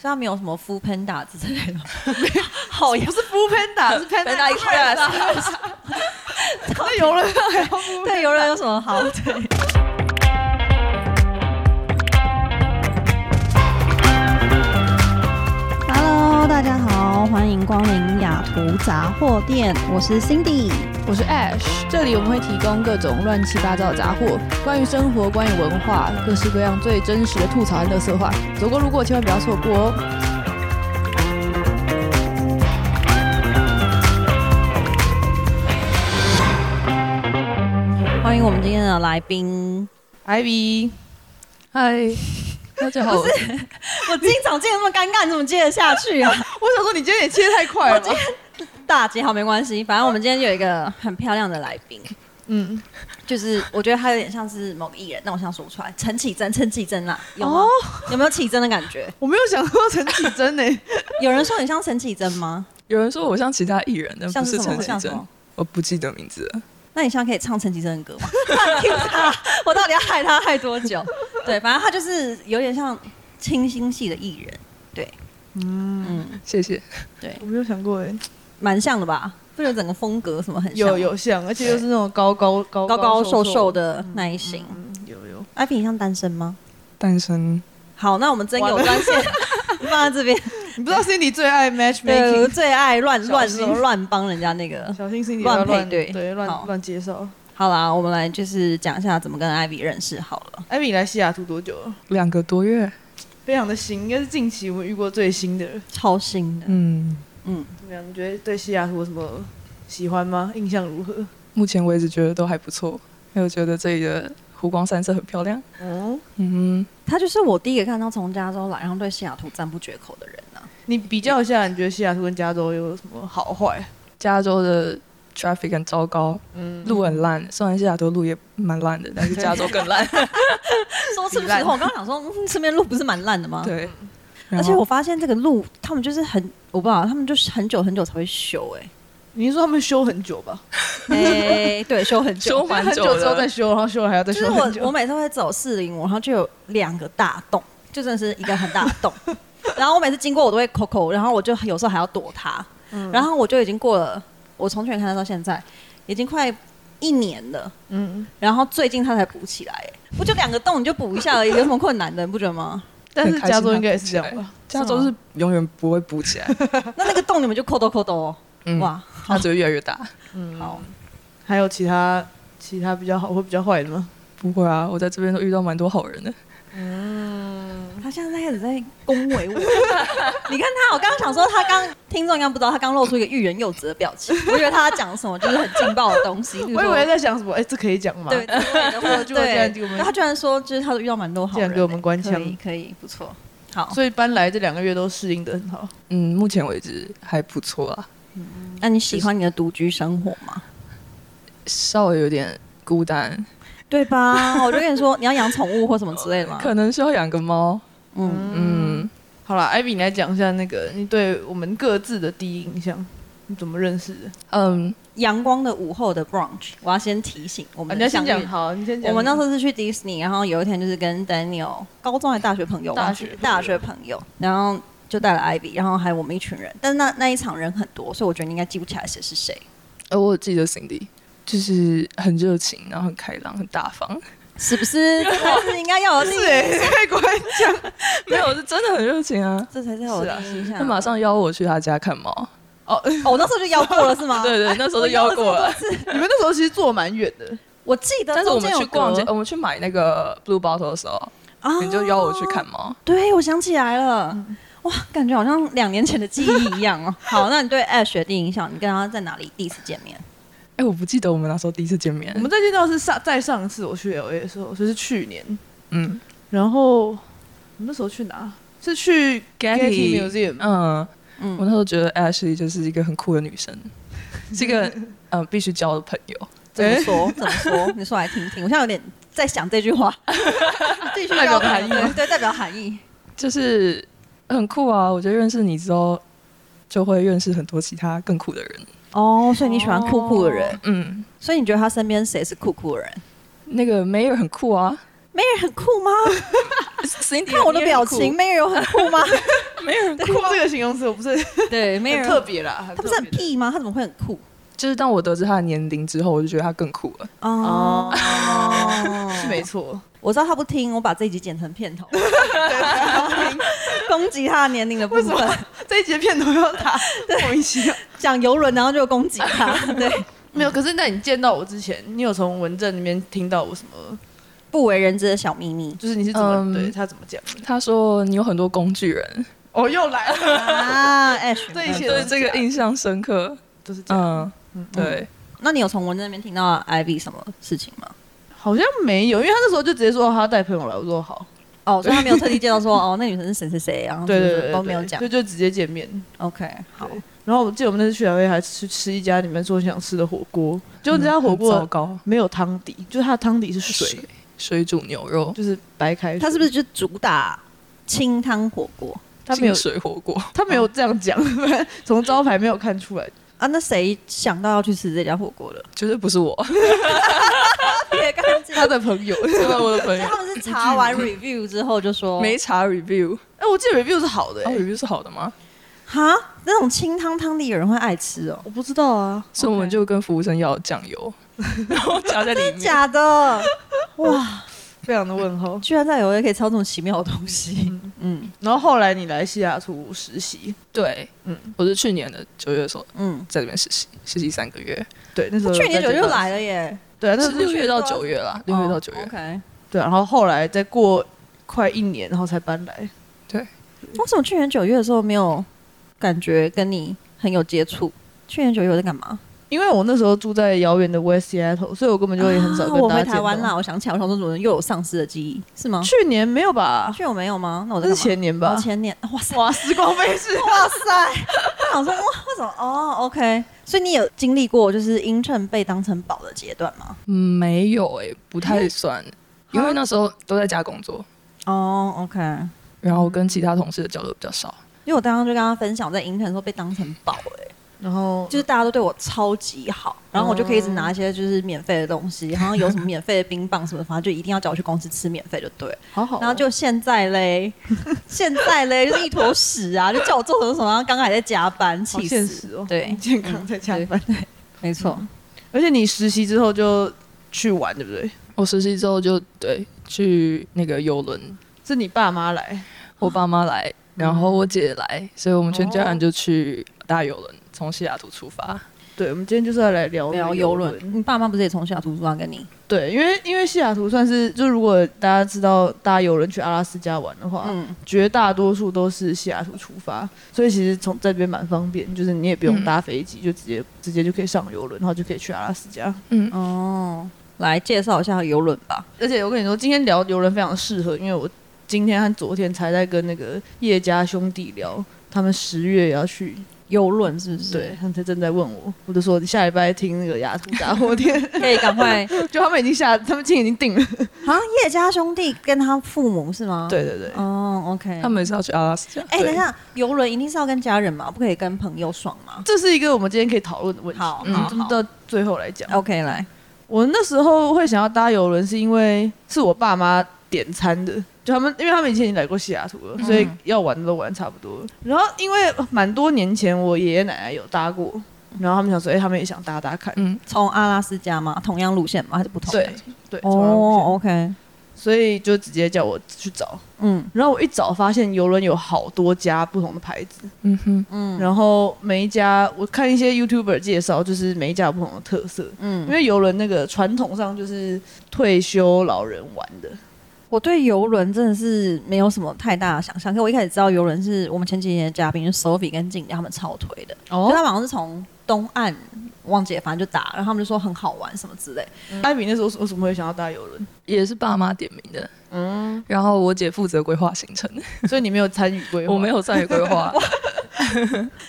所以它没有什么 Food Panda 之类 的吗。好，不是 Food Panda，是 Panda Express。那游 轮上还要 Food 对，游轮有什么好？对。Hello，大家好，欢迎光临雅图杂货店，我是 Cindy。 我是 Ash，这里我们会提供各种乱七八糟的杂货，关于生活，关于文化，各式各样最真实的吐槽和乐色话。走过路过千万不要错过哦！欢迎我们今天的来宾。 Ivy，嗨，大家好。我我经常见得那么尴尬，你怎么接得下去啊？想说你今天也切太快了吧。大姐好，没关系，反正我们今天有一个很漂亮的来宾，嗯，就是我觉得她有点像是某个艺人，但我想说不出来。陈绮贞，陈绮贞啦，啊有吗？哦有没有绮贞的感觉？我没有想到陈绮贞欸呢。有人说你像陈绮贞吗？有人说我像其他艺人，但像嗯不是是什陈么？像绮什贞么，？我不记得名字了。那你现在可以唱陈绮贞的歌吗？Q 他，我到底要害他害多久？对，反正他就是有点像清新系的艺人， 嗯，嗯，谢谢。对，我没有想过哎，蛮像的吧？不觉得整个风格什么很像吗有有像，而且又是那种高高高哎高高瘦瘦的的那一型。嗯，有有。艾比，你像单身吗？单身，好，那我们真有完了专线 放在这边。你不知道 Cindy 最爱对，我 matchmaking，最爱乱小乱心乱帮人家那个。小心 Cindy 乱要配乱对对好乱乱介绍。好啦，我们来就是讲一下怎么跟艾比认识好了。艾米来西雅图多久了？两个多月。非常的新，应该是近期我们遇过最新的了。超新的，嗯，嗯，怎么样？你觉得对西雅图有什么喜欢吗？印象如何？目前为止觉得都还不错，因为我觉得这里的湖光山色很漂亮。嗯，嗯，他就是我第一个看到从加州来，然后对西雅图赞不绝口的人啊呐、你比较一下，你觉得西雅图跟加州有什么好坏？加州的 traffic 很糟糕，嗯，路很烂。虽然西雅图路也蛮烂的，但是加州更烂。说是不是？烂我刚刚想 说，嗯，这边路不是蛮烂的吗？。对，而然且后我发现这个路，他们就是很，我不知道，他们就是很久很久才会修、欸你是说他们修很久吧？哎， 哎，对，修很久。修蛮很久之后再的，修，然后修了还要再就是修很我，我久。每次会走四零五，然后就有两个大洞，就真的是一个很大的 洞。然后我每次经过，我都会扣扣，然后我就有时候还要躲它。嗯然后我就已经过了，我从去年看它到现在，已经快一年了。嗯，然后最近它才补起来、哎不就两个洞你就补一下而已，有什么困难的？你不觉得吗？但是加州应该也是这样吧？加州是永远不会补起来。那那个洞你们就扣都扣都哦，嗯，哇，好它只会越来越大。嗯，好。还有其他其他比较好或比较坏的吗？不会啊，我在这边都遇到蛮多好人的。嗯，他现在开始在恭维我， 你看他，我刚刚想说他刚听众应该不知道，他刚露出一个欲言又止的表情，我以为他在讲什么就是很劲爆的东西。例如我以说为在想什么？哎，这可以讲吗？对，，结果竟然给对我，然们后他居然说，就是他都遇到蛮多好竟人的，然给我们官腔可以可以，不错，好。所以搬来这两个月都适应的很好。嗯，目前为止还不错啊。那你喜欢你的独居生活吗？稍微有点孤单， 对吧？我就跟你说，你要养宠物或什么之类的吗？可能需要养个猫。嗯，嗯，好了，艾比，你来讲一下那个你对我们各自的第一印象，你怎么认识的？啊嗯，阳光的午后的 brunch，我要先提醒我啊们你的要先相讲遇。好，你先讲。我们那时候是去迪士尼，然后有一天就是跟 Daniel 高中还大学朋友，大忘记学大学朋友，然后就带了 Ivy，然后还有我们一群人。但是那那一场人很多，所以我觉得你应该记不起来谁是谁。而呃我记得 Cindy 就是很热情，然后很开朗，很大方。是不 是？这才是应该要有第一对，太关讲， 没有，是真的很热 情啊。这才是我是的啊第一印象。他马上邀我去他家看猫。哦，我那时候就邀过了是吗？对对，那时候都邀过 了。你们那时 候其实坐蛮远的，我记得但是我中们间有去逛街，隔我们去买那个 Blue Bottle 的时候，啊你就邀我去看。猫。对，我想起来了，哇，感觉好像两年前的记忆一样哦。好，那你对 Ash 的第一印象，你跟他在哪里第一次见面？哎，我不记得我们那时候第一次见面我。们再见到是上再上次我去 L A 的时候，就是去年。嗯然后我们那时候去哪？是去 Getty Museum，嗯，嗯我那时候觉得 Ashley 就是一个很酷的女生，是一个呃必须交的朋友。怎么说？怎么说？你说来听听。我现在有点在想这句话， 必须代表要含义吗对，代表含义。就是很酷啊！我觉得认识你之后，就会认识很多其他更酷的人。哦，所以你喜欢酷酷的人，嗯，哦所以你觉得他身边谁是酷酷的人？那个 Mayor 很酷啊没人很酷吗？ ，Cindy 看我的表情，没人有很酷吗？ ，Mayor 形容词，我不是对，没很人特，别啦，他不是很特别屁吗？他怎么会很酷？就是当我得知他的年龄之后，我就觉得他更酷了。哦， 是没错，我知道他不听，我把这一集剪成片 头，攻击他的年龄的部为什分，这一集的片头要 打莫名其妙。讲游轮，然后就攻击他， 对，没有，可是那你见到我之前，你有从文正那边听到我什么？不为人知的小秘密就是你是怎么、嗯对他怎么讲的？他说你有很多工具人，哦，又来了， 啊，Ash， 对嗯谢谢所以这个印象深刻。都是这样。 嗯，对，那你有从文正那边听到 Ivy 什么事情吗？好像没有，因为他那时候就直接说哦他带朋友来，我说好，哦，所以 他没有特地介绍说，哦，那女生是谁谁谁，然后对什么对什么对，对都没有讲对。就直接见面。 OK，好，然后我记得我们那次去台北还吃吃一家你们说想吃的火锅，就那家火很糟锅糕，没有汤底，就是它的汤底是嗯水，水水煮牛肉，就是白开水。他是不是就主打清汤火锅他没有清水火锅，他没有这样讲， 从招牌没有看出来。啊？那谁想到要去吃这家火锅 的？ 绝对不是我，也干净他的朋 友，是我的朋友 他们是查完 review 之后就说，没查 review，哎，我记得 review 是好的哦欸， ，review 是好的吗？哈，那种清汤汤底有人会爱吃哦？我不知道啊，所以我们就跟服务生要酱 油，然后加在里面。假的，哇，非常的问号。居然在纽约可以吃到这种奇妙的东西。嗯然后后来你来西雅图实习，对，嗯嗯，我是去年的九月的时候嗯，在这边实习，实习三个月，对，那时候去年在九这就边来了耶，对啊，那是时候六月到九月啦，六月到九哦月。 OK，对啊，然后后来再过快一年，然后才搬来。为什么去年九月的时候没有感觉跟你很有接触？去年九月我在干嘛？因为我那时候住在遥远的 West Seattle，所以我根本就也很少啊跟我大家回见台湾到啦，我想起来，我想说怎么又有丧失的记忆是吗？去年没有吧？去我没有吗？那我在那干是嘛前年吧哦？前年，哇塞，哇，时光飞逝。哇塞！我想说，哇，为什么？哦，OK，所以你有经历过就是 intern 被当成宝的阶段吗？嗯，没有诶、不太算，因为那时候都在家工作，哦，OK、o k 然后跟其他同事的交流比较少。因为我刚刚就跟他分享，我在 intern 的时候被当成宝、哎，然后就是大家都对我超级好，然后我就可以一直拿一些就是免费的东 西，好像有什么免费的冰棒什么的，反正就一定要叫我去公司吃免费就对了。好好哦，然后就现在嘞， 现在嘞就是一坨屎啊！就叫我做什么什么，然后刚刚还在加班，好气现死！嗯实哦，对 健康在加班。没错，而且你实习之后就去玩，对不对？我实习之后就对去那个游轮，是你爸妈来，我爸妈来，然后我姐也来，所以我们全家人就去搭游轮，从西雅图出发。对，我们今天就是要来聊聊游邮轮，你爸妈不是也从小图书馆跟你？对，因为因为西雅图算是，就如果大家知道搭游轮去阿拉斯加玩的话，嗯，绝大多数都是西雅图出发，所以其实从这边蛮方便，就是你也不用搭飞机，就直接直接就可以上游轮，然后就可以去阿拉斯加。嗯，哦，来介绍一下游轮吧。而且我跟你说，今天聊游轮非常适合，因为我今天和昨天才在跟那个叶家兄弟聊，他们十月也要去，游轮是不是？对，，他们才正在问我，我就说你下礼拜听那个雅图杂货店， 可以赶快就他们已经下，他们今天已经定了。 啊！叶家兄弟跟他父母是吗？，对对对，哦，OK，嗯他。们也是要去阿拉斯加。哎、对等一下，游轮一定是要跟家人嘛，不可以跟朋友爽吗？这是一个我们今天可以讨论的问题。好，嗯好，这么好到最后来讲， ，OK，来，我那时候会想要搭游轮，是因为是我爸妈点餐的，就他们，因为他们以前已经来过西雅图了，所以要玩的都玩差不多了。然后因为蛮多年前我爷爷奶奶有搭过，然后他们想说，哎、他们也想搭搭看。嗯，从阿拉斯加吗？同样路线吗？还是不同？对，对，哦，OK，所以就直接叫我去找。嗯然后我一找发现游轮有好多家不同的牌子，嗯哼，嗯，然后每一家我看一些 YouTuber 介绍，就是每一家有不同的特色。嗯因，为游轮那个传统上就是退休老人玩的，我对游轮真的是没有什么太大的想象。可我一开始知道游轮是我们前几年的嘉宾，就是 Sophie 跟静姐他们超推的，哦就他们好像是从东岸忘记了，反正就打，然后他们就说很好玩什么之类。艾米那时候为什么会想要搭 游轮？也是爸妈点名的。嗯，然后我姐负责规划行程，所以你没有参与规 划，我没。有参与规划。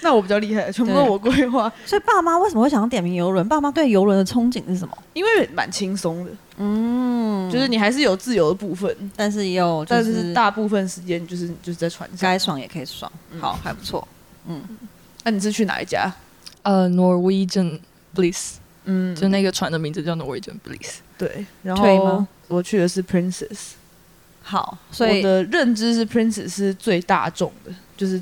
那我比较厉害，全部都我规划，所以爸妈为什么会想要点名游轮？爸妈对游轮的憧憬是什么？因为蛮轻松的，嗯，就是你还是有自由的部分，但是也有就但是嗯是大部分时间就是就是在船上。该爽也可以爽，好还不错。那你是去哪一家？呃，Norwegian Bliss，嗯，就那个船的名字叫 Norwegian Bliss。对。然退后吗我去的是 Princess，好，所我以的认知是 Princess 是最大众的，就是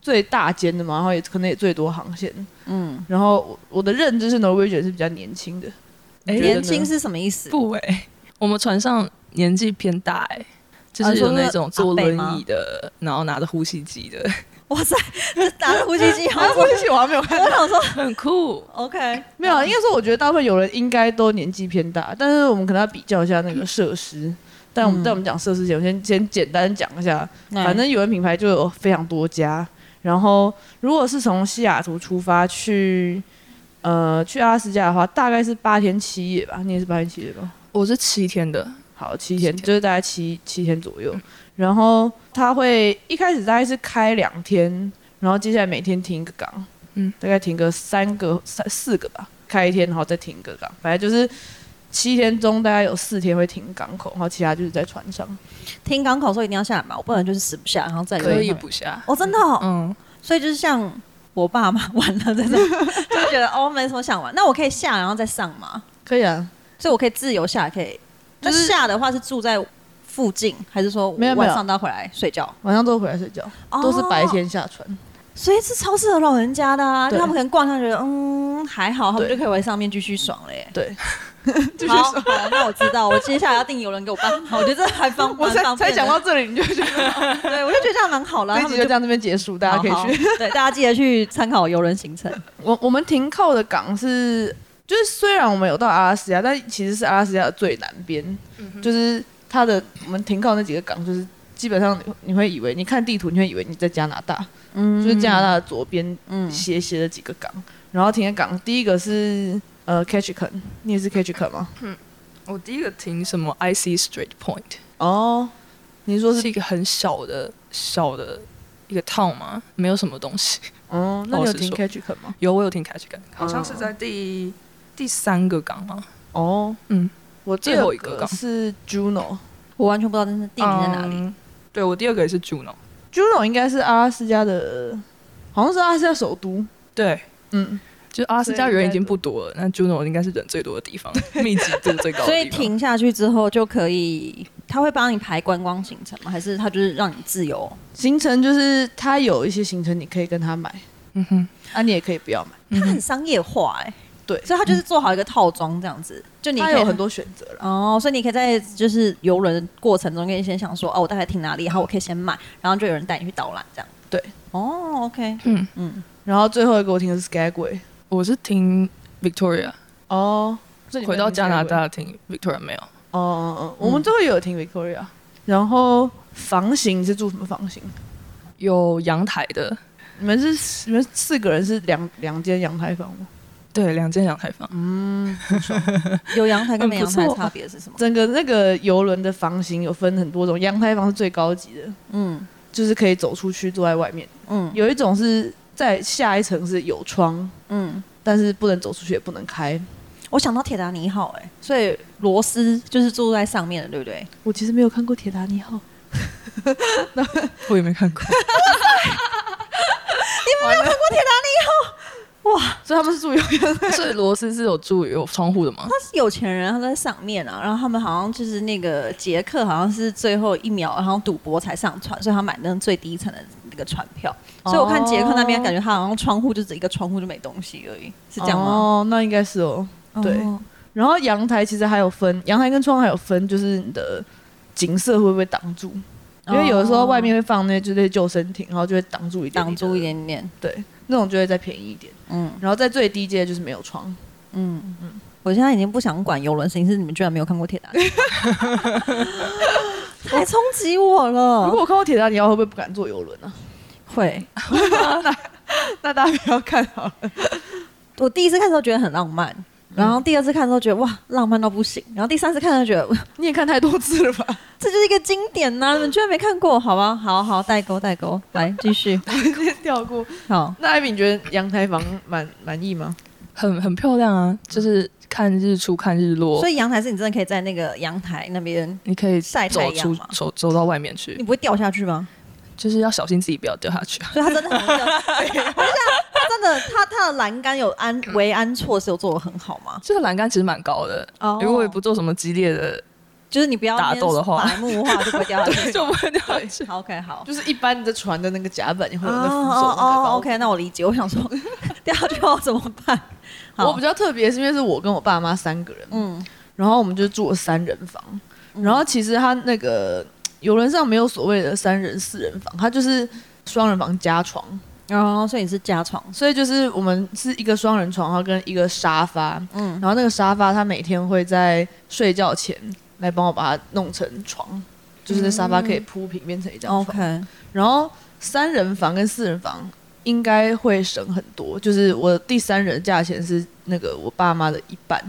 最大间的嘛，然后也可能也最多航线。嗯，然后我我的认知是 Norwegian 是比较年轻的，哎你觉得呢年轻是什么意思？不哎、我们船上年纪偏大哎、就啊是你说有那是种坐阿伯轮吗椅的，然后拿着呼吸机的，哇塞，这拿着呼吸机，好啊， 像我也许我还没有 看我到，想说很酷。 ，OK，没有啊，应该说我觉得大部分有人应该都年纪偏大，但是我们可能要比较一下那个设施。但我嗯们哎在我们讲设施前，我先先简单讲一下，那反正有人品牌就有非常多家。然后如果是从西雅图出发去呃去阿拉斯加的话，大概是八天七夜吧，你也是八天七夜吧？我是七天的，好，七天嗯七天就是大概七七天左右。然后他会一开始大概是开两天，然后接下来每天停一个港，嗯，大概停个三个三四个吧，开一天然后再停一个港，反正就是七天中大概有四天会停港口，然后其他就是在船上。听港口说一定要下来嘛，我不然就是死不下，然后再可以留在那里不下。哦，真的哦，嗯，所以就是像我爸妈玩了这种， 就觉得哦没什么想玩，那我可以下然后再上嘛，可以啊，所以我可以自由下，可以。那就是下的话是住在附近，还是说没有没晚有上到回来睡觉？晚上都回来睡觉，都是白天下船。所以是超适合老人家的啊，就对他们可能逛一下觉得嗯还好，他们就对可以回上面继续爽了耶。 对，好，好，那我知道，我接下来要订游轮给我爸妈，我觉得这还方 我蛮才方才便的讲到这里，你就觉得对，我就觉得这样蛮好了，这一他集们就就这样这边结束，大家可以好去。好对，大家记得去参考游轮行程。我我们停靠的港是，就是虽然我们有到阿拉斯加，但其实是阿拉斯加的最南边，就是它的我们停靠那几个港，就是基本上你你会以为，你看地图你会以为你在加拿大，嗯 就是加拿大的左边嗯斜斜的几个港，然后停的港第一个是呃 Ketchikan，你也是 Ketchikan 吗？我第一个停什么 IC Straight Point，哦，你说就是是一个很小的小的一个 town 嘛，没有什么东西。哦，那你老有实停说 Ketchikan 吗？有我有停 catch 港，好像是在嗯第、第三个港吗？哦，嗯，我第最二后一个个港是 Juno。我完全不知道那是地名在哪里。嗯对我第二个也是 Juno， Juno 应该是阿拉斯加的，好像是阿拉斯加首都。对，嗯，就是阿拉斯加人已经不多了，那 Juno 应该是人最多的地 方，啊密集度最高的地方。所以停下去之后就可以，他会帮你排观光行程吗？还是他就是让你自由？行程就是它有一些行程你可以跟他买，嗯哼，嗯啊，你也可以不要它买。很商业化哎、对所以他就是做好一个套装这样子，就你它可以有很多选择啦。哦，所以你可以在就是游轮的过程中，可以先想说哦，我大概停哪里，然后我可以先买，然后就有人带你去导览这样。对，哦，OK，嗯嗯，然后最后一个我听的是 Skagway。我是停 Victoria，哦，所以你没回有到听加拿 Skagway。大停 Victoria 没有，哦哦哦，我们最后也有听 Victoria。然后房型是住什么房型？有阳台的，你们是你们四个人是两两间阳台房吗？对，两间阳台房，有阳台嗯跟没阳台很的不错差别是什么？整个那个游轮的房型有分很多种，阳台房是最高级的，嗯就是可以走出去坐在外面。嗯有一种是在下一层是有窗，嗯，但是不能走出去，也不能开。我想到铁达尼号哎、所以罗斯就是住在上面的，对不对？我其实没有看过《铁达尼号》，我也没看过。所以他们是住有 所以罗斯是有住有窗户的吗？他是有钱人，他在上面啊，然后他们好像就是那个杰克，好像是最后一秒，然后赌博才上船，所以他买那个最低层的那个船票。所以我看杰克那边，哦感觉他好像窗户就只一个窗户就没东西而已，是是这样吗？哦，那应该是哦。对哦然后阳台其实还有分，阳台跟窗还有分，就是你的景色会不会挡住？因为有的时候外面会放那就是救生艇，然后就会挡住一点，挡住一，点点，对，那种就会再便宜一点。嗯然后在最低阶就是没有窗，嗯嗯。我现在已经不想管游轮形式，你们居然没有看过《铁达 尼号》太冲击我如了果。我看过《铁达尼号》，会不会不敢坐游轮啊？ 会，那大家不要看 好了。我第一次看的时候觉得很浪漫，嗯然后第二次看的时候觉得哇浪漫到不行，然后第三次看的时候觉得 你也看太多次了吧？这就是一个经典呐、你们居然没看过，好吧？好好代沟代沟，来继续。直接跳过。好，那艾米，你觉得阳台房满满意吗？很很漂亮啊，就是看日出看日落所，以阳台是你真的可以在那个阳台那边，你可以晒太走阳出嘛走走到外面去你。不会掉下去吗？就是要小心自己不要掉下去。 所以它真的很容易掉下去。不是、啊，它真的，它它的栏杆有安维安措施有做的很好吗？这个栏杆其实蛮高的，哦如果也不做什么激烈的就是你不要打斗的话白目话就不会 掉下去。就不会掉下去。好 OK，好。就是一般的船的那个甲板，你会有那扶手那哦个高哦度 OK，那我理解。我想说 掉下去要怎么办？好我比较特别，是因为是我跟我爸妈三个人，嗯，然后我们就住了三人房。然后其实他那个游轮上没有所谓的三人、四人房，他就是双人房加床，然后哦所以你是加床，所以就是我们是一个双人床，然后跟一个沙发。嗯然后那个沙发，他每天会在睡觉前来帮我把它弄成床，就是那沙发可以铺平变成一张床。嗯，OK，然后三人房跟四人房应该会省很多，就是我第三人价钱是那个我爸妈的一半，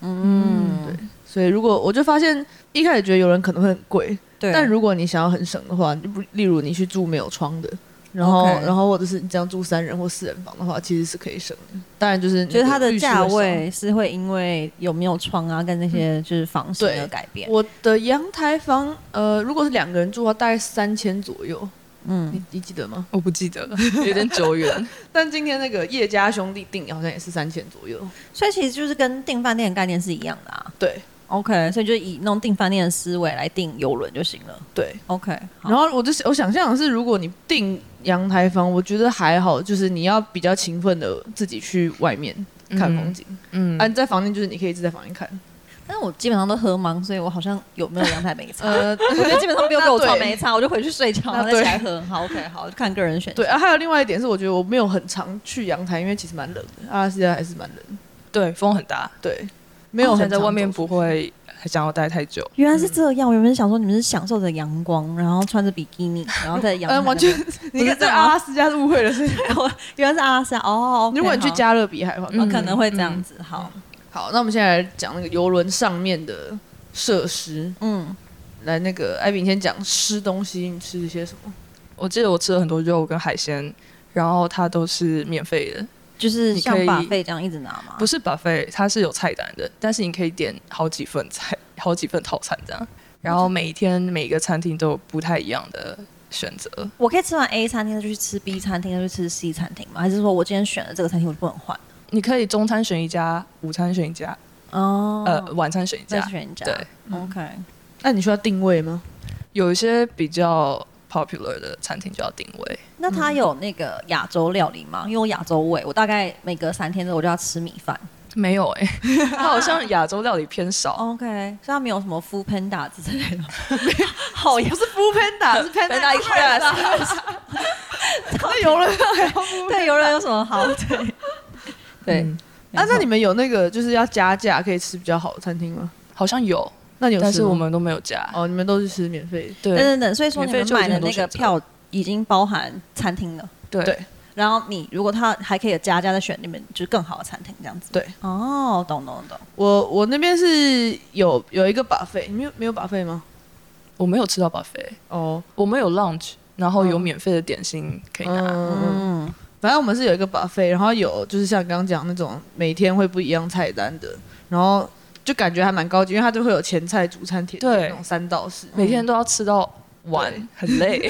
嗯，所以如果我就发现一开始觉得有人可能会很贵，对。但如果你想要很省的话，你不例如你去住没有窗的。然后 OK 然后或者是你这样住三人或四人房的话，其实是可以省的。当然就是就是它那个的浴室价会少位是会因为有没有窗啊，跟那些就是房型对而改变。我的阳台房，呃，如果是两个人住的话，大概三千左右。嗯，你你记得吗？我不记得了，有点久远。但今天那个叶家兄弟订好像也是三千左右。所以其实就是跟订饭店的概念是一样的啊。对 OK，所以就以那种订饭店的思维来订游轮就行了。对。 OK，好然后我就我想象的是，如果你订阳台房，我觉得还好，就是你要比较勤奋的自己去外面看风景。 嗯啊，，你在房间就是你可以一直在房间看。但是我基本上都喝茫，所以我好像有没有阳台没差。 呃，我觉得基本上不用给我那床对没差，我就回去睡觉，然后再那对起来喝。好，OK，好，看个人选择。对啊，还有另外一点是，我觉得我没有很常去阳台，因为其实蛮冷的啊，现在还是蛮冷。对，风很大，对，没有很现在常哦外面走出不会想要待太久。原来是这样，我原本想说你们是享受着阳光，然后穿着比基尼，然后在阳台那边。嗯，完全，你这在样吗阿拉斯加是误会了。是我原来是阿拉斯加哦。OK，如果你去好加勒比海的话，哦嗯可能会这样子。好，好，那我们现在来讲那个游轮上面的设施。嗯，来，那个艾比，你先讲吃东西，你吃一些什么？我记得我吃了很多肉跟海鲜，然后它都是免费的，就是你像可以把费这样一直拿嘛。不是 buffet，它是有菜单的，但是你可以点好几份菜， 好几份套餐这样。然后每一天每个餐厅都有不太一样的选择，我可以吃完 A 餐厅再去吃 B 餐厅，再去吃 C 餐厅吗？还是说我今天选了这个餐厅，我就不能换？你可以中餐选一家，午餐选一家，哦，呃，晚餐选一再家。选一家。对， ，OK，那你需要定位吗？有一些比较 popular 的餐厅就要定位。那它有那个亚洲料理吗？因为我亚洲胃，我大概每隔三天之后我就要吃米饭。没有哎、 它好像亚洲料理偏少。 OK，所以它没有什么 f o o Panda 之类的吗。 好呀不，是 f o o Panda，是 Panda Express 那游轮上还要 Food 对，游人有什么好？对，对，嗯没啊，那错你们有那个就是要加价可以吃比较好的餐厅吗？好像有，那你有吃吗？但是我们都没有加。哦，你们都是吃免费的。等对等等，所以说你免们费就已买经的很多那个选择票已经包含餐厅了，对对然后你如果他还可以有加价再选你们就是更好的餐厅这样子。对，哦，懂懂懂。我我那边是有有一个 buffet，你们有没有 buffet 吗？我没有吃到 buffet，哦，我们有 lunch，然后有嗯免费的点心可以嗯拿。嗯嗯。嗯，反正我们是有一个 buffet，然后有就是像刚刚讲那种每天会不一样菜单的，然后就感觉还蛮高级，因为它就会有前菜、主餐、甜点对那种三道式。每天都要吃到晚，很累。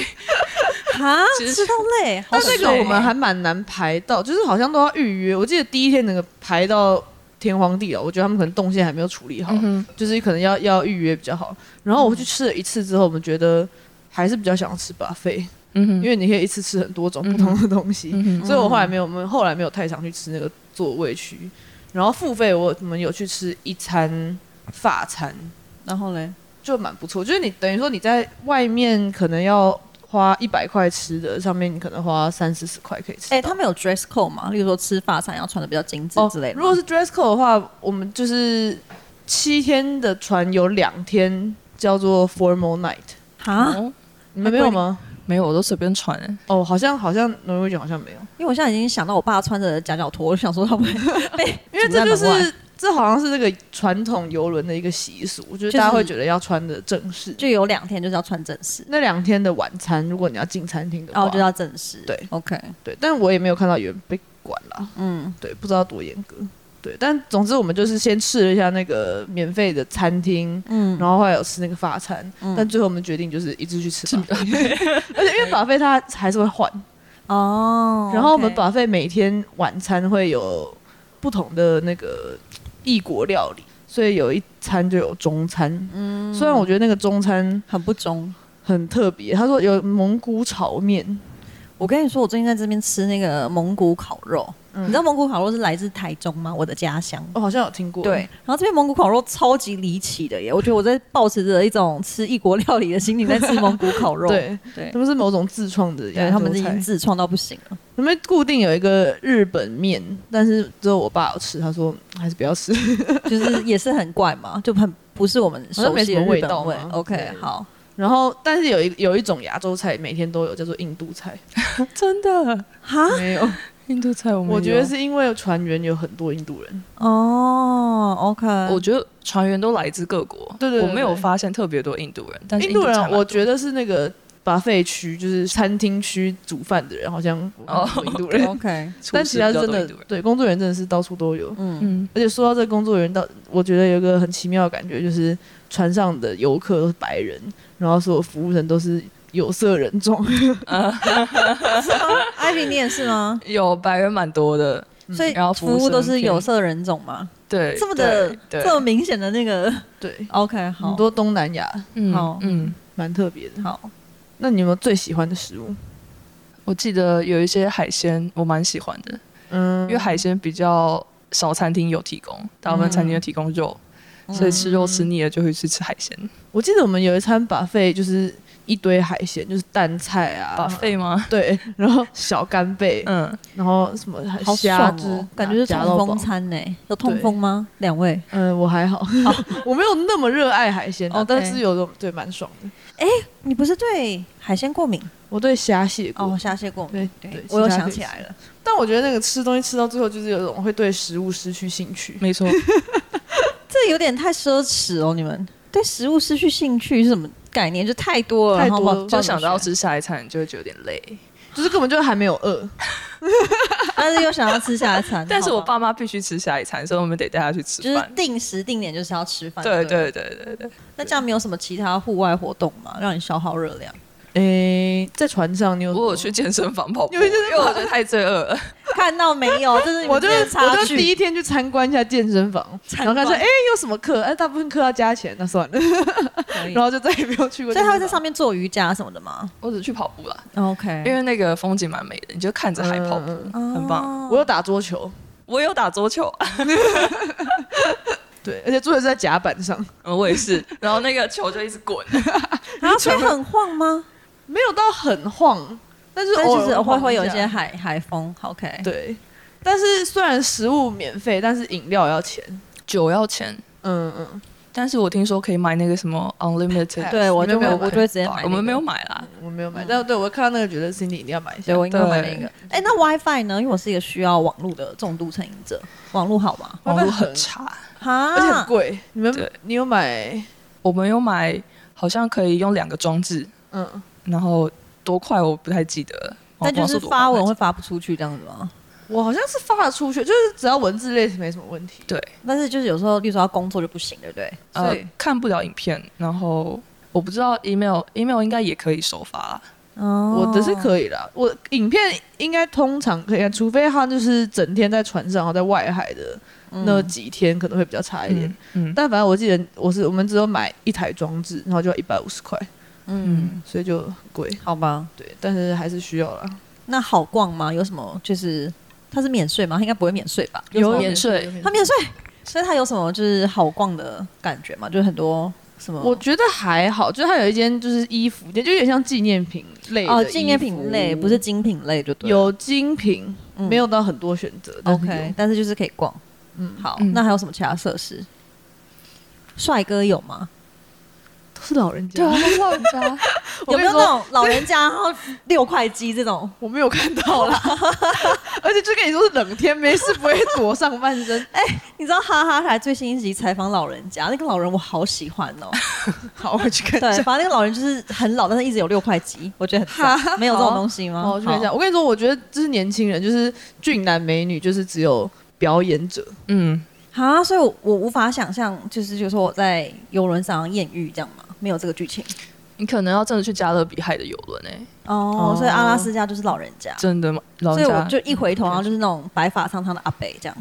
哈，其实啊吃到累，好但那个爽欸我们还蛮难排到，就是好像都要预约。我记得第一天那个排到天荒地老，我觉得他们可能动线还没有处理好，嗯就是可能要要预约比较好。然后我去吃了一次之后，我们觉得还是比较想要吃 buffet，嗯哼，因为你可以一次吃很多种不同的东西。嗯哼所以我后来没有，我们后来没有太常去吃那个座位区。然后付费我我们有去吃一餐法餐，然后嘞，就蛮不错。就是你等于说你在外面可能要花一百块吃的，上面你可能花三四十块可以吃到。哎，他们有 dress code 吗？例如说吃法餐要穿的比较精致哦之类的吗。如果是 dress code 的话，我们就是七天的船有两天叫做 formal night，哈，哦你们没有吗？ 没有，我都随便穿。哦，好像好像挪威卷好像没有，因为我现在已经想到我爸穿着夹脚拖，我就想说 他不会被，因为阻在这就门外是这好像是这个传统游轮的一个习俗，就是就是大家会觉得要穿的正式，就有两天就是要穿正式，那两天的晚餐，如果你要进餐厅的然话，后就要正式。对，OK，对，但我也没有看到有人被管啦，嗯，对，不知道多严格，对，但总之我们就是先试了一下那个免费的餐厅，嗯然后后来有吃那个法餐，嗯但最后我们决定就是一致去吃法费， 而且因为法费它还是会换，哦，然后我们 OK 法费每天晚餐会有不同的那个异国料理。所以有一餐就有中餐。嗯，虽然我觉得那个中餐很不忠。很特别，他说有蒙古炒面，我跟你说，我最近在这边吃那个蒙古烤肉，嗯你知道蒙古烤肉是来自台中吗？我的家乡。我哦好像有听过。对，，然后这边蒙古烤肉超级离奇的耶！我觉得我在保持着一种吃异国料理的心情在吃蒙古烤肉。对，对他，们是某种自创的对亚他洲们已菜经。自创到不行了。他们固定有一个日本面，但是只有我爸有吃，他说还是不要吃。 就是也是很怪嘛， 就很不是我们好像熟没悉什的么味日道本味嘛。对 OK，好，然后，但是有一有一种亚洲菜每天都有，叫做印度菜。真的哈没有，印度菜我没有，我觉得是因为船员有很多印度人，哦，OK，我觉得船员都来自各国，对对对我没有发现特别多印度人，但是印度菜蛮人多我觉得是那个。把废区就是餐厅区煮饭的人，好像哦 印度人， OK，但其他厨师真比较多的印度人对工作人员真的是到处都有。 嗯，嗯，而且说到这个工作人员，到我觉得有一个很奇妙的感觉，就是船上的游客都是白人，然后所有服务生都是有色人种，艾比你也是吗？有白人蛮多的，所以然后服服务务都是生有偏色人种嘛，对，这么的对这么明显的那个对， OK，很好，多东南亚，嗯好嗯，蛮特别的。好，那你有没有最喜欢的食物？我记得有一些海鲜我蛮喜欢的，嗯因为海鲜比较少餐厅有提供，大部分餐厅嗯有提供肉，所以吃肉吃腻了就会去吃海鲜。我记得我们有一餐把费就是一堆海鲜，就是淡菜啊，嗯把费吗？对，然后小干贝，嗯，然后什么好虾爽子，哦，感觉是夹痛到饱风。餐呢，有痛风吗？两位，嗯，我还好，哦 我没有那么热爱海鲜啊， OK 但是有种对蛮爽的。你不是对海鲜过敏我对虾蟹过哦，虾蟹过敏，对对对，，我又其他想可以起吃来了，但我觉得那个吃东西吃到最后，就是有种会对食物失去兴趣。没错，这有点太奢侈哦，你们对食物失去兴趣是什么概念？就太多了，太然后多抱了就想到 要，吃下一餐，你就会觉得有点累。嗯就是根本就还没有饿，抱着但啊是又想要吃下一餐。 但是好我吧爸妈必须吃下一餐，所以我们得带他去吃就是饭。定时定点就是要吃饭。对不对对对对，那这样没有什么其他户外活动嘛，让你消耗热量？诶、在船上你有我有去健身 房跑步，有去健因为我觉得太罪恶了。看到没有？这是你我们就之间的差我就距。第一天去参观一下健身房，参然后看说观诶、有什么课，哎、大部分课要加钱，那算了，可以然后就再也没有去所过健身房。以他会在上面做瑜伽什么的吗我只去跑步啦， ？OK，因为那个风景蛮美的，你就看着海跑步，嗯很棒。哦我有打桌球，我有打桌球，啊对，而且桌球是在甲板上，嗯我也是，然后那个球就一直 滚。啊，所以很晃吗？没有到很晃，但是但偶就尔是会晃会有一下些海海风。OK，对。但是虽然食物免费，但是饮料要钱。酒要钱，嗯嗯，但是我听说可以买那个什么 unlimited，对我就你们没会有我买就会直接买那个。我们没有买啦。我没有买，但对我看到那个觉得 Cindy 一定要买一下对，。我应该会买对那个。哎，那 WiFi 呢？因为我是一个需要网络的重度成瘾者，网络好吗？网络很很差，哈，而且很贵。你们对你有买？我们有买，好像可以用两个装置，嗯，然后多快我不太记得了。但就网是速多快发文我会不发不出去这样子吗？我好像是发了出去，就是只要文字类是没什么问题。太记得对，但是就是有时候，例如说要工作就不行，对不对？所呃以，，看不了影片，然后我不知道 email，email 应该也可以首发啦，哦我的是可以啦，我影片应该通常可以看，除非他就是整天在船上，然后在外海的那几天可能会比较差一点。嗯嗯，但反正我记得我是我们只有买一台装置，然后就要一百五十块，嗯，所以就很贵。好吧。对，但是还是需要啦。那好逛吗？有什么就是它是免税吗？它应该不会免税吧？有什么免税它免税，所以它有什么就是好逛的感觉嘛？就是很多什么哦我觉得还好，就是它有一间就是衣服店，就有点像纪念品类的哦衣服纪念品类，不是精品类就对了。有精品，嗯没有到很多选择。但是有 OK，但是就是可以逛。嗯，好，嗯那还有什么其他设施？帅哥有吗？都是老人家。对啊，老人家，有我没有跟你那说，种老人家然后六块肌这种？ 我没有看到啦，而且就跟你说是冷天，没事不会躲上半身。 你知道哈哈台最新一集采访老人家，那个老人我好喜欢哦。好，我去看对一，下。反正那个老人就是很老，但是一直有六块肌，我觉得很赞。没有这种东西吗？哦，我去看一下。啊好我跟你说，我觉得就是年轻人，就是俊男美女，就是只有表演者。 嗯，啊，所以我我无法想象，就是就说我在游轮上艳遇这样嘛，没有这个剧情。你可能要真的去加勒比海的游轮诶，哦，哦所以阿拉斯加就是老人家，欸真的吗？老所以人我家就一回头，然后就是那种白发苍苍的阿北这样。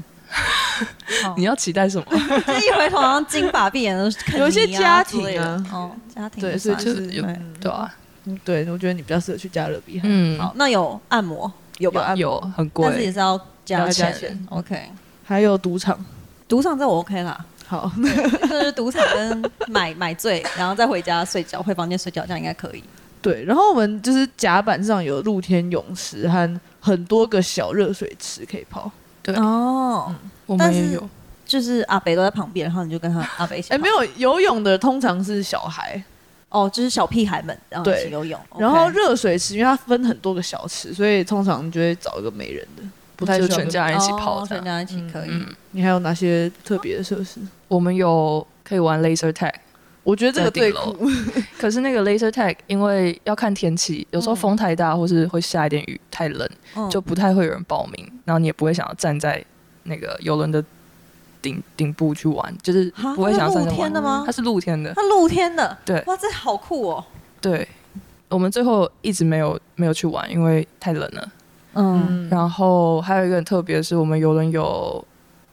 好你要期待 什么？这一回头好像金发碧眼都是肯尼啊有一些家庭啊之类的哦，家庭对，所算以就是是有对对啊，嗯对，我觉得你比较适合去加勒比海。嗯，好，那有按摩有吧？按摩有很但是贵也，是要加要加钱钱。 OK，还有赌场。赌场这我 OK 啦，好，嗯就是赌场跟买 买醉，然后再回家睡觉，回房间睡觉，这样应该可以。对，然后我们就是甲板上有露天泳池和很多个小热水池可以泡。对哦，我但们也是有。就是阿北都在旁边，然后你就跟他阿北一起哎，跑。没有游泳的通常是小孩，哦，就是小屁孩们，然后一对起游泳。然后 OK 热水池因为它分很多个小池，所以通常就会找一个没人的，不太就需要全家人一起泡哦这全样。家一起可以。嗯，你还有哪些特别的设施？我们有可以玩 laser tag，我觉得这个在最顶楼酷。 可是那个 laser tag 因为要看天气，有时候风太大或是会下一点雨，太冷，嗯就不太会有人报名，然后你也不会想要站在那个游轮的顶顶部去玩，就是哈不会想要它站是着露天玩。的吗它？是露天的，它露天的，对哇，这好酷哦。对。我们最后一直没有没有去玩，因为太冷了。嗯，嗯，然后还有一个很特别的是，我们游轮有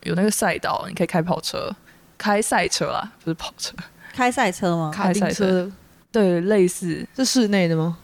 有那个赛道，你可以开跑车，开赛车啦，不是跑车，开赛车吗？卡丁开赛车车对，类似是室内的吗？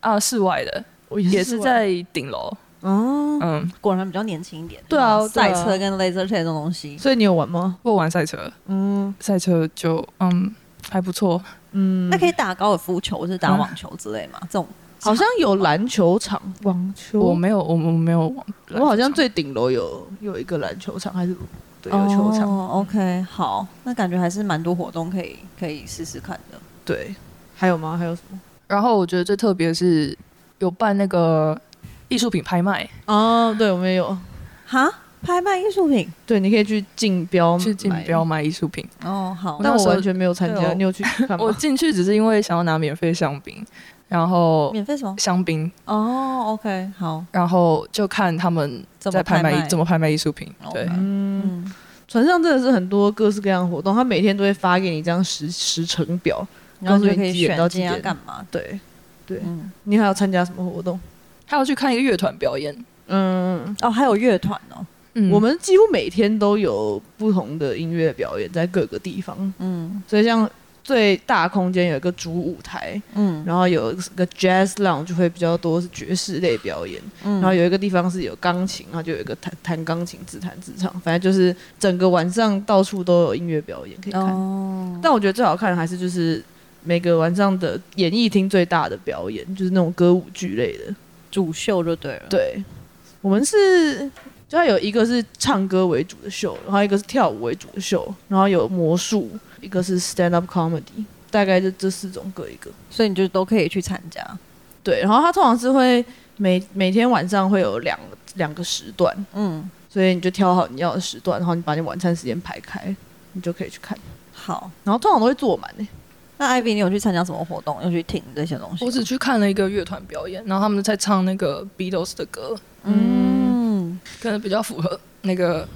啊，室外的我也哦室是外在顶楼，哦，嗯，果然比较年轻一点。对啊嗯对赛啊车跟 laser tag 这种东西，所以你有玩吗？不玩赛车，嗯赛车就嗯还不错，嗯，那可以打高尔夫球，或是打网球之类嘛？这种好像有篮球场、网球，我没有，我们没有玩，哦我好像最顶楼有有一个篮球场，还是对有球场，哦 OK，好，那感觉还是蛮多活动可以可以试试看的。对，还有吗？还有什么？然后我觉得最特别的是有办那个艺术品拍卖，哦，对，我们也有，哈，拍卖艺术品。对，你可以去竞标，去竞标。买艺术品。哦，好，但那时我候完全没有参对加，哦你有去看我吗？进去只是因为想要拿免费香槟，然后免费什么？香槟，哦，OK，好，然后就看他们怎么在拍拍卖卖怎么拍卖艺术品。对 OK 嗯，嗯，船上真的是很多各式各样的活动，他每天都会发给你一张时时程表。然后告诉就你可以几点选到今几天要点干嘛。对，对嗯，你还有参加什么活动？还有去看一个乐团表演，嗯，哦，还有乐团哦，嗯我们几乎每天都有不同的音乐表演在各个地方，嗯所以像最大空间有一个主舞台，嗯然后有个 jazz lounge 就会比较多是爵士类表演，嗯，然后有一个地方是有钢琴，然后就有一个弹弹钢琴自弹自唱，反正就是整个晚上到处都有音乐表演可以看。哦，但我觉得最好看的还是就是每个晚上的演艺厅最大的表演，就是那种歌舞剧类的。主秀就对了。对，我们是就它有一个是唱歌为主的秀，然后一个是跳舞为主的秀，然后有魔术，一个是 stand up comedy，大概就这四种各一个。所以你就都可以去参加。对，然后它通常是会每每天晚上会有两两个时段，嗯，所以你就挑好你要的时段，然后你把你晚餐时间排开，你就可以去看。好。然后通常都会坐满欸诶、那艾比，你有去参加什么活动？有去听这些东西吗？我只去看了一个乐团表演，然后他们在唱那个 Beatles 的歌，嗯，可能比较符合那个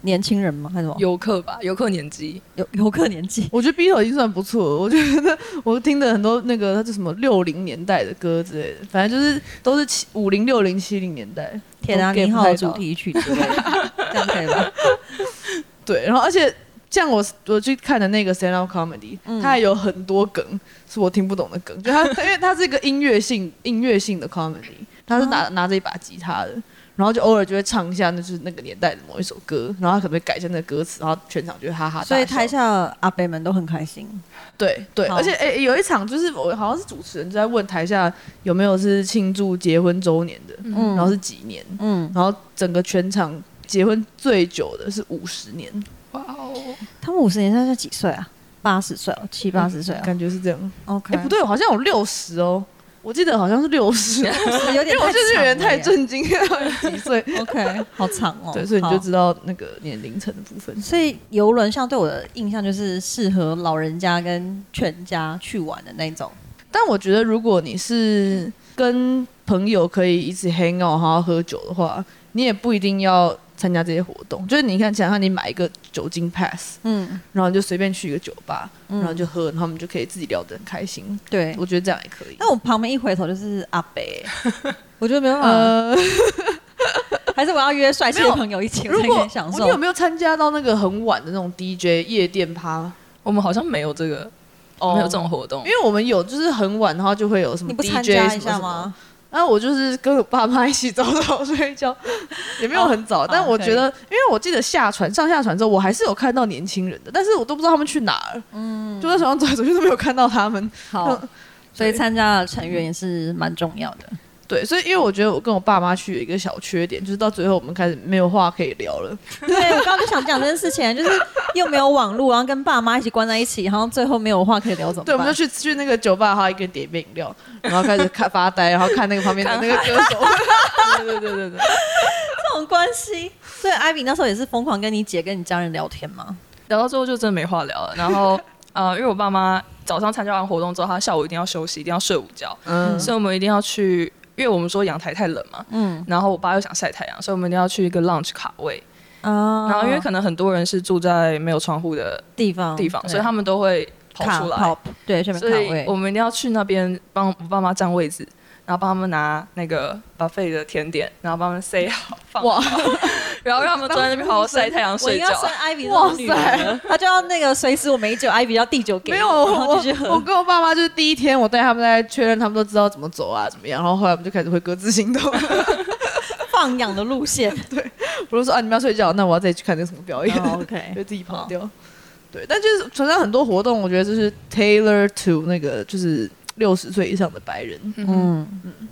年轻人吗？还是什么？游客吧，游客年纪。游游客年纪。我觉得 b e a t l 已经算不错了，我觉得我听的很多那个它叫什么六零年代的歌之类的，反正就是都是七五零六零七零年代。铁达尼号的主题曲之 类的，这样可以吧？对，然后而且像我我去看的那个 stand up comedy，、嗯它还有很多梗是我听不懂的梗，就它 因为它是一个音乐性音乐性的 comedy，它是啊拿、拿着一把吉他的。然后就偶尔就会唱一下，那就是那个年代的某一首歌，然后他可能会改一下那个歌词，然后全场就会哈哈大笑。所以台下阿伯们都很开心。对对，好而且诶、有一场就是我好像是主持人就在问台下有没有是庆祝结婚周年的，嗯然后是几年，嗯，然后整个全场结婚最久的是五十年，嗯哇哦！他们五十年现在几岁啊？八十岁哦，七八十岁哦。感觉是这样。 OK，哎、不，对，好像有六十哦，我记得好像是六 十，因有点为我就是有点太正。震惊， 几岁？ OK，好长哦。对，所以你好就知道那个年龄层的部分。所以游轮像对我的印象就是适合老人家跟全家去玩的那种。但我觉得，如果你是跟朋友可以一起 hang out，然后喝酒的话，你也不一定要参加这些活动。就是你看，想象你买一个酒精 pass，嗯，然后你就随便去一个酒吧，嗯然后就喝，然后他们就可以自己聊得很开心。对。我觉得这样也可以。但我旁边一回头就是阿北，我觉得没办法，呃，还是是我要约帅气没的有朋友一起，我如才果可以享我受你有。没有参加到那个很晚的那种 DJ 夜店趴？我们好像没有这个，哦没有这种活 动因。为我们有，就是很晚，然后就会有什么你不 DJ 参加什一么什下么吗？那我就是跟我爸妈一起早早睡觉，也没有很早，哦但哦我可以觉得，因为我记得下船上下船之后，我还是有看到年轻人的，但是我都不知道他们去哪儿，嗯，就在船上走来走去都没有看到他们，好，所以参加的成员也是蛮重要的。对，所以因为我觉得我跟我爸妈去有一个小缺点，就是到最后我们开始没有话可以聊了，对，我刚刚就想讲这件事情，就是又没有网络，然后跟爸妈一起关在一起，然后最后没有话可以聊，怎么对，办？我们就去去那个酒吧，然后一个人点一杯饮料，然后开始看发呆，然后看那个旁边的那个歌 手，对对对对对，这种关系。所以艾比那时候也是疯狂跟你姐跟你家人聊天嘛。聊到最后就真的没话聊了。然后呃，因为我爸妈早上参加完活动之后，他下午一定要休息，一定要睡午觉，嗯，所以我们一定要去，因为我们说阳台太冷嘛。嗯然后我爸又想晒太阳，所以我们一定要去一个 lunch 卡位。啊，然后因为可能很多人是住在没有窗户的地方地方，对所以他们都会跑卡出来跑，对下面所卡以位我。们一定要去那边帮我爸妈占位置，然后帮他们拿那个 buffet 的甜点，然后帮他 们塞好 放，哇，然后让他们坐在那边好好晒太阳我睡应 该觉。算艾比哇哇塞，她就要那个随时我没酒，艾比要递酒给我没有，然我后继续我喝。跟我爸妈就是第一天，我带他们来确认他们都知道怎么走啊，怎么样，然后后来我们就开始会各自行动。 放养的路线。我就说啊，你们要睡觉，那我要自己去看那个什么表演， 哦 OK 就自己跑掉。对，但就是存在很多活动，我觉得就是 tailor to 那个就是六十岁以上的白人，嗯嗯，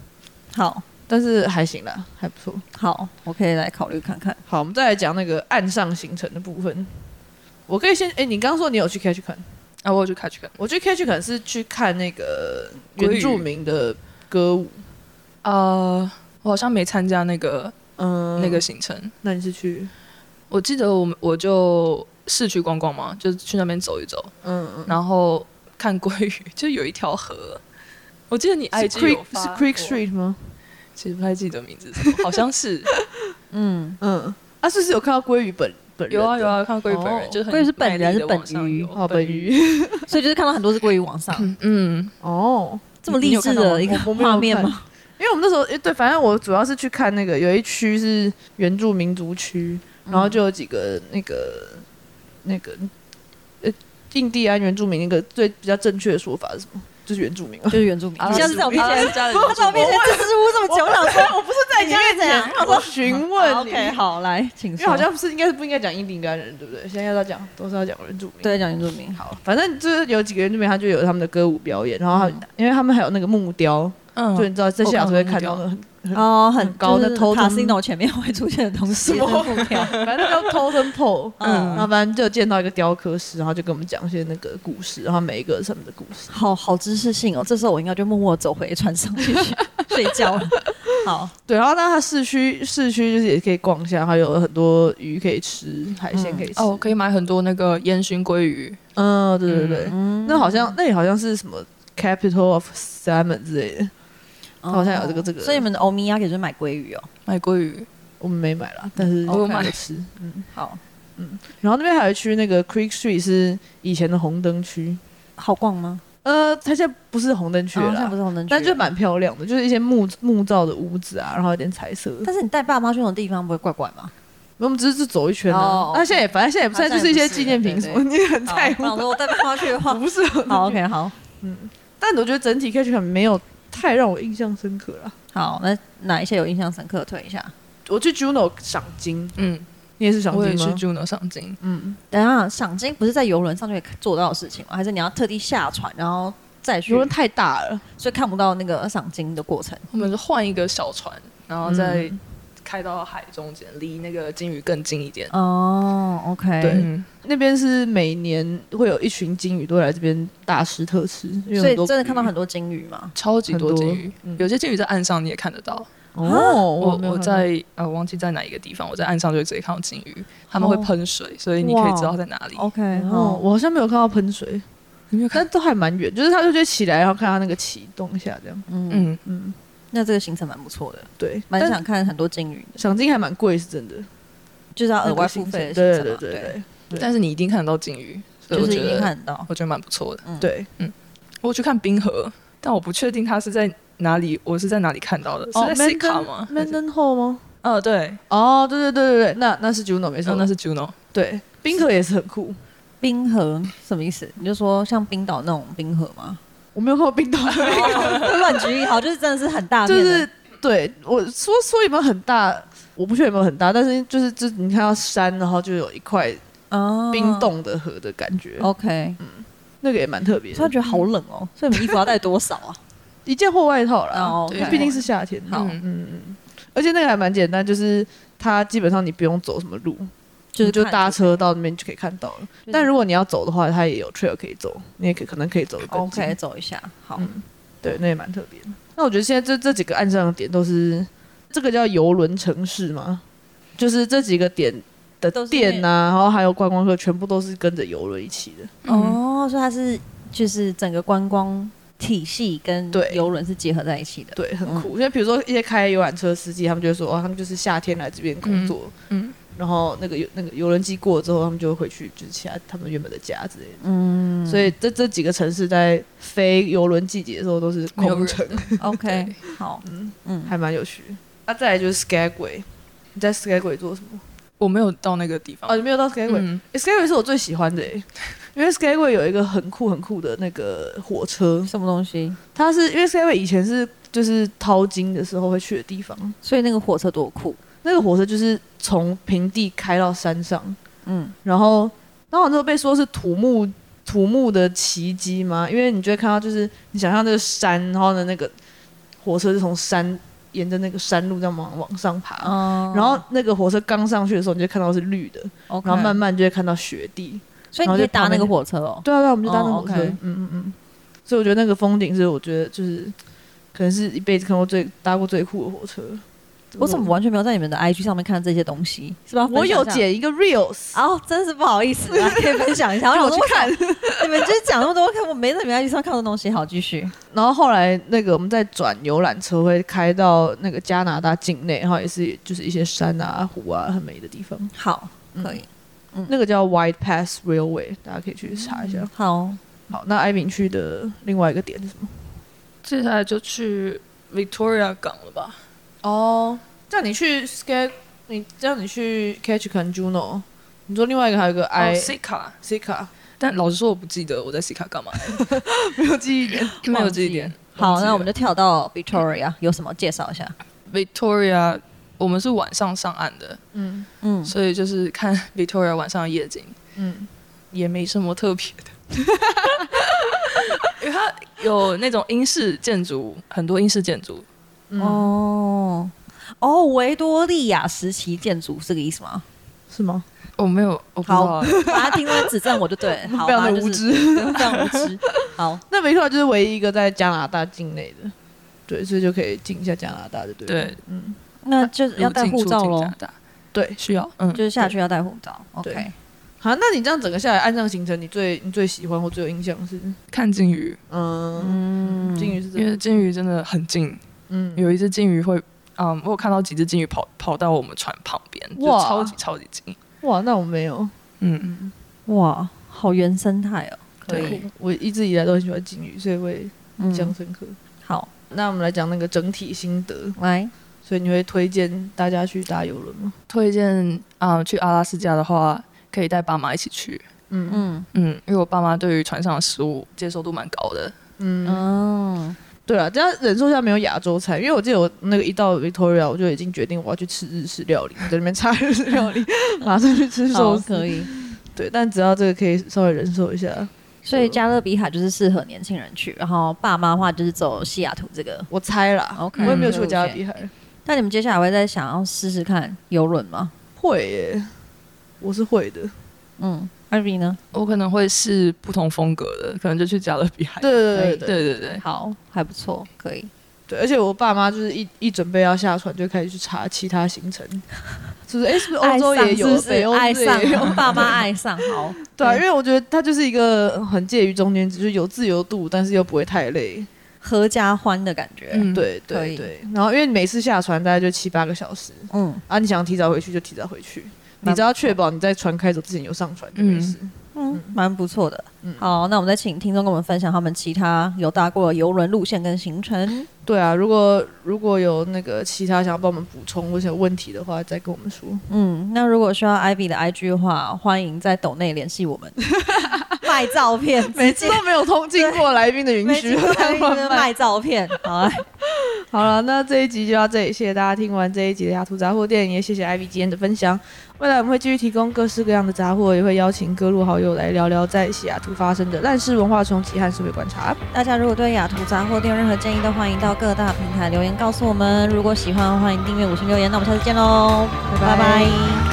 好但是还行啦，还不错。好，我可以来考虑看看。好，我们再来讲那个岸上行程的部分。我可以先，哎、你刚刚说你有去 Catch 看，啊，我有去看去看，我去 Catch 看是去看那个鲑鱼原住民的歌舞，呃，我好像没参加那个嗯，那个，行程，那你是去，我记得我们我就市区逛逛嘛，就是去那边走一走，嗯嗯。然后看鲑鱼， 就有一条河。我记得你 IG 有发过 Street 吗？其实不太记得名字是什么，好像是嗯，嗯，啊，是不是有看到鲑鱼本本 人？有啊有，啊， 看鲑鱼本人，哦就是鲑鱼很是本人卖力地是本往上鱼游哦，本鱼，所以就是看到很多是归于网上，嗯，哦，这么励志的一个我我没有画面吗？因为我们那时候诶对，反正我主要是去看那个有一区是原住民族区，然后就有几个那个那个呃印第安原住民那个最比较正确的说法是什么？ 就是原住民啊。就是原住民。你像是在我面前，他家在我面前支支吾吾这么久，我想说我不是在你是怎样我询问你， OK，好，来，请因说。为好像不是应该是不应该讲印第安人对不对？现在要讲都是要讲原住民。对讲原住民好，反正就是有几个人那边，他就有他们的歌舞表演，然后他们、因为他们还有那个木雕，嗯就你知道在现场是会看到我的，很哦，很高的就是 totem casino 前面会出现的东 西，什么很复杂反正那叫 totem pole，嗯嗯，然后反正就有见到一个雕刻师，然后就跟我们讲一些那个故事，然后每一个是他们的故事。好好知识性哦。这时候我应该就默默走回船上去 睡觉了。好，对，然后那它市区市区就是也可以逛一下，还有很多鱼可以吃，海鲜可以吃。哦，可以买很多那个烟熏鲑鱼，嗯，对对对，那好像那里好像是什么 capital of salmon 之类的，好像有这个这个哦所以你们的欧米亚给就买鲑鱼哦。买鲑鱼，我们没买啦，但是我有看买着吃。好然后那边还有一区那个 Creek Street 是以前的红灯区，好逛吗？呃，它现在不是红灯区了哦现在啦，不是红灯区，但就。蛮漂亮的，就是一些木木造的屋子啊，然后有点彩色的。但是你带爸妈去那种地方，不会怪怪 吗？我们只是走一圈啊哦，那现在也反正现在也不算，好就是一些纪念品什么，像你也很在好乎，我带爸妈去的话， 不是很好 OK，好但我觉得整体 Catch 很没有太让我印象深刻啦。好，那哪一些有印象深刻？推一下。我去 Juno 赏金，嗯，你也是赏我也金去哦吗？ Juno 赏金，嗯，等一下，赏金不是在游轮上就可以做到的事情吗？还是你要特地下船，然后再去游，轮太大了，所以看不到那个赏金的过程？我们是换一个小船，然后再开到海中间，离那个金鱼更近一点。哦，OK，对嗯，那边是每年会有一群金鱼都会来这边大吃特吃，因为有所以很多真的看到鱼很多金鱼嘛？超级多很多金鱼，嗯有些金鱼在岸上你也看得到。哦，我没我有看到在呃忘记在哪一个地方，我在岸上就直接看到金鱼，他们会哦喷水，所以你可以知道在哪里。 OK，哦，我好像没有看到喷水，你没有看？ 但都还蛮远，就是他就觉得起来，然后看他那个启动一下这样。嗯，嗯，嗯，那这个行程蛮不错的，对，蛮但想看很多金鱼的，赏金还蛮贵，是真的，就是要那啊额个外行付费的程对行程对嘛对对对但是你一定看得到金鱼，所以就我是觉一定得看得到。我觉得蛮不错的。对。我有去看冰河，但我不确定它是在哪里，我是在哪里看到的，哦是在 m a n C d o 卡 n 吗？ m a n d o n 哦 Hall 嗯吗？哦，对，哦，对对对对对，那那是 Juno 没错，哦，那是 Juno，对，冰河也是很酷。冰河什么意思？你就说像冰岛那种冰河 吗？我没有看过冰岛，乱举例好，就是真的是很大就面的，是对我说说有没有很大，我不确定有没有很大，但是就是就是你看到山，然后就有一块哦冰。冻的河的嗯感觉， OK，那个也蛮特别突然的。觉得好冷哦，所以你们衣服要带多少啊？一件厚外套啦，哦因对为毕竟是夏天。好嗯嗯嗯，而且那个还蛮简单，就是它基本上你不用走什么路，就是 你就看搭车到那边就可以看到了。是但如果你要走的话，它也有 trail 可以走，你也可可能可以走得更近 OK 走一下，好，嗯对，那也蛮特别的。那我觉得现在这这几个岸上的点都是这个叫游轮城市嘛，就是这几个点的都是店呐、啊，然后还有观光客，全部都是跟着游轮一起的。嗯哦，所以它是就是整个观光体系跟对游轮是结合在一起的。对，很嗯酷。因为比如说一些开游览车司机，他们就会说，哦，他们就是夏天来这边工作，嗯，然后那个游那个游轮机过了之后，他们就会回去就是其他他们原本的家之类的。嗯，所以这这几个城市在非游轮季节的时候都是没有空人城， OK 好，嗯，还蛮有趣的。那、再来就是 Skagway，你在 Skagway 做什么？我没有到那个地方哦，，你没有到 Skagway，、嗯 Skyway 是我最喜欢的耶，因为 Skyway 有一个很酷很酷的那个火车，嗯什么东西？它是因为 Skyway 以前是就是淘金的时候会去的地方，所以那个火车多酷，那个火车就是从平地开到山上，嗯，然后然后之后被说是土木土木的奇迹嘛，因为你就会看到就是你想象这个山，然后呢那个火车是从山沿着那个山路这样往往上爬。哦嗯然后那个火车刚上去的时候，你就看到是绿的， OK，哦然后慢慢就会看到雪地，所以你可以搭那个火车哦。对啊，对啊，我们就搭那个火车。哦，OK 嗯嗯嗯。所以我觉得那个风景是我觉得就是可能是一辈子看过最搭过最酷的火车。我怎么完全没有在你们的 IG 上面看到这些东西？是吧？我分享有一下。剪一个 reels，、哦，真是不好意思，大家 可以分享一下。我想我去说，为什看。么你们就是讲那么多，看我没在你们 IG 上看到的东西。好，继续。然后后来那个我们再转游览车会开到那个加拿大境内，然后也是就是一些山啊、湖啊很美的地方。好，嗯可以。那个叫 White Pass Railway，大家可以去查一下。嗯好，好，那艾敏去的另外一个点是什么？接下来就去 Victoria 港了吧？哦，叫你去 Skate，你叫你去 Catch Can Juno。你说另外一个还有一个 I、哦，C 卡， C 卡但老实说我不记得我在 C 卡干嘛， 没有记忆点。没有忘记这一点。好，那我们就就跳到 Victoria，有什么介绍一下？ Victoria，我们是晚上上岸的，嗯嗯，所以就是看 Victoria 晚上的夜景，嗯，也没什么特别的。 因为它有那种英式建筑，很多英式建筑，哦，哦，哦，维多利亚时期建筑是这个意思吗？是吗？我没有，我不知好道。，把它听众指正我就对了，好，非常的反正就无是知。 非常无知。好，那没错，就是唯一一个在加拿大境内的，对，所以就可以进一下加拿大的，对了对，嗯，那就是要带护照喽入境出，境加拿大，对。需要，嗯，就是下去要带护照。对 OK，好，那你这样整个下来，按上行程，你最你最喜欢或最有印象是？看鲸鱼，嗯，嗯，金鱼是这因为个，鲸鱼真的很近，嗯，有一只鲸鱼会，嗯，我有看到几只鲸鱼跑跑到我们船旁边，就哇超级超级近，哇，那我没有，嗯，哇，好原生态哦。可以对，我一直以来都很喜欢金鱼，所以我也印象嗯，深刻。好，那我们来讲那个整体心得，来，所以你会推荐大家去搭游轮吗？推荐啊、去阿拉斯加的话，可以带爸妈一起去，嗯嗯嗯，因为我爸妈对于船上的食物接受度蛮高的，嗯嗯，对啊，这样忍受一下没有亚洲菜，因为我记得我那个一到 Victoria，我就已经决定我要去吃日式料理，在那边查 日式料理，马上去吃嗯好寿可司。以。对，但只要这个可以稍微忍受一下，所以加勒比海就是适合年轻人去，然后爸妈的话就是走西雅图这个。我猜啦 OK 我也没有去过加勒比海，那你们接下来会再想要试试看游轮吗？会耶，我是会的。嗯，二 B 呢？我可能会是不同风格的，可能就去加勒比海，对对对对对对对对，好，还不错，可以。对，而且我爸妈就是一一准备要下船，就开始去查其他行程， 就是哎，是不是欧洲也有，爱上是不北欧是爱是不是也有上， 爸妈爱上，好， 对啊，因为我觉得它就是一个很介于中间值，就是有自由度，但是又不会太累。合家欢的感觉。嗯，对可对以对，然后因为你每次下船大概就七八个小时嗯啊，你想提早回去就提早回去，蛮你只要确保你在船开走之前有上船就没事。嗯嗯，蛮不错的。好，那我们再请听众跟我们分享他们其他有搭过的游轮路线跟行程。对啊，如果如果有那个其他想要帮我们补充或者有问题的话，再跟我们说。嗯，那如果需要 Ivy 的 IG 的话，欢迎在抖内联系我们， 卖照 片，每次 都没有通经过来宾的允没许，事乱乱卖。卖照片。 好啊， 好了，那这一集就到这里，谢谢大家听完这一集的雅图杂货店，也谢谢 Ivy 今天的分享。未来我们会继续提供各式各样的杂货，也会邀请各路好友来聊聊在西雅图发生的烂事文化冲击和社会观察。大家如果对雅图杂货店有任何建议，都欢迎到各大平台留言告诉我们。如果喜欢，欢迎订阅、五星留言。那我们下次见喽，拜拜拜